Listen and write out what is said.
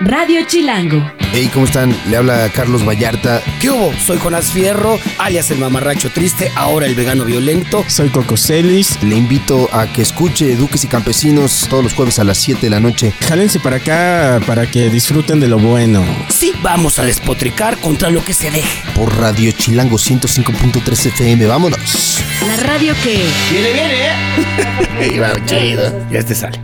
Radio Chilango. Hey, ¿cómo están? Le habla Carlos Vallarta. ¿Qué hubo? Soy Jonás Fierro, alias el mamarracho triste, ahora el vegano violento. Soy Coco Celis. Le invito a que escuche Duques y Campesinos todos los jueves a las 7 de la noche. Jálense para acá para que disfruten de lo bueno. Sí, vamos a despotricar contra lo que se deje. Por Radio Chilango 105.3 FM, vámonos. La radio que... Viene, viene, ¿eh? chido. Ya te sale.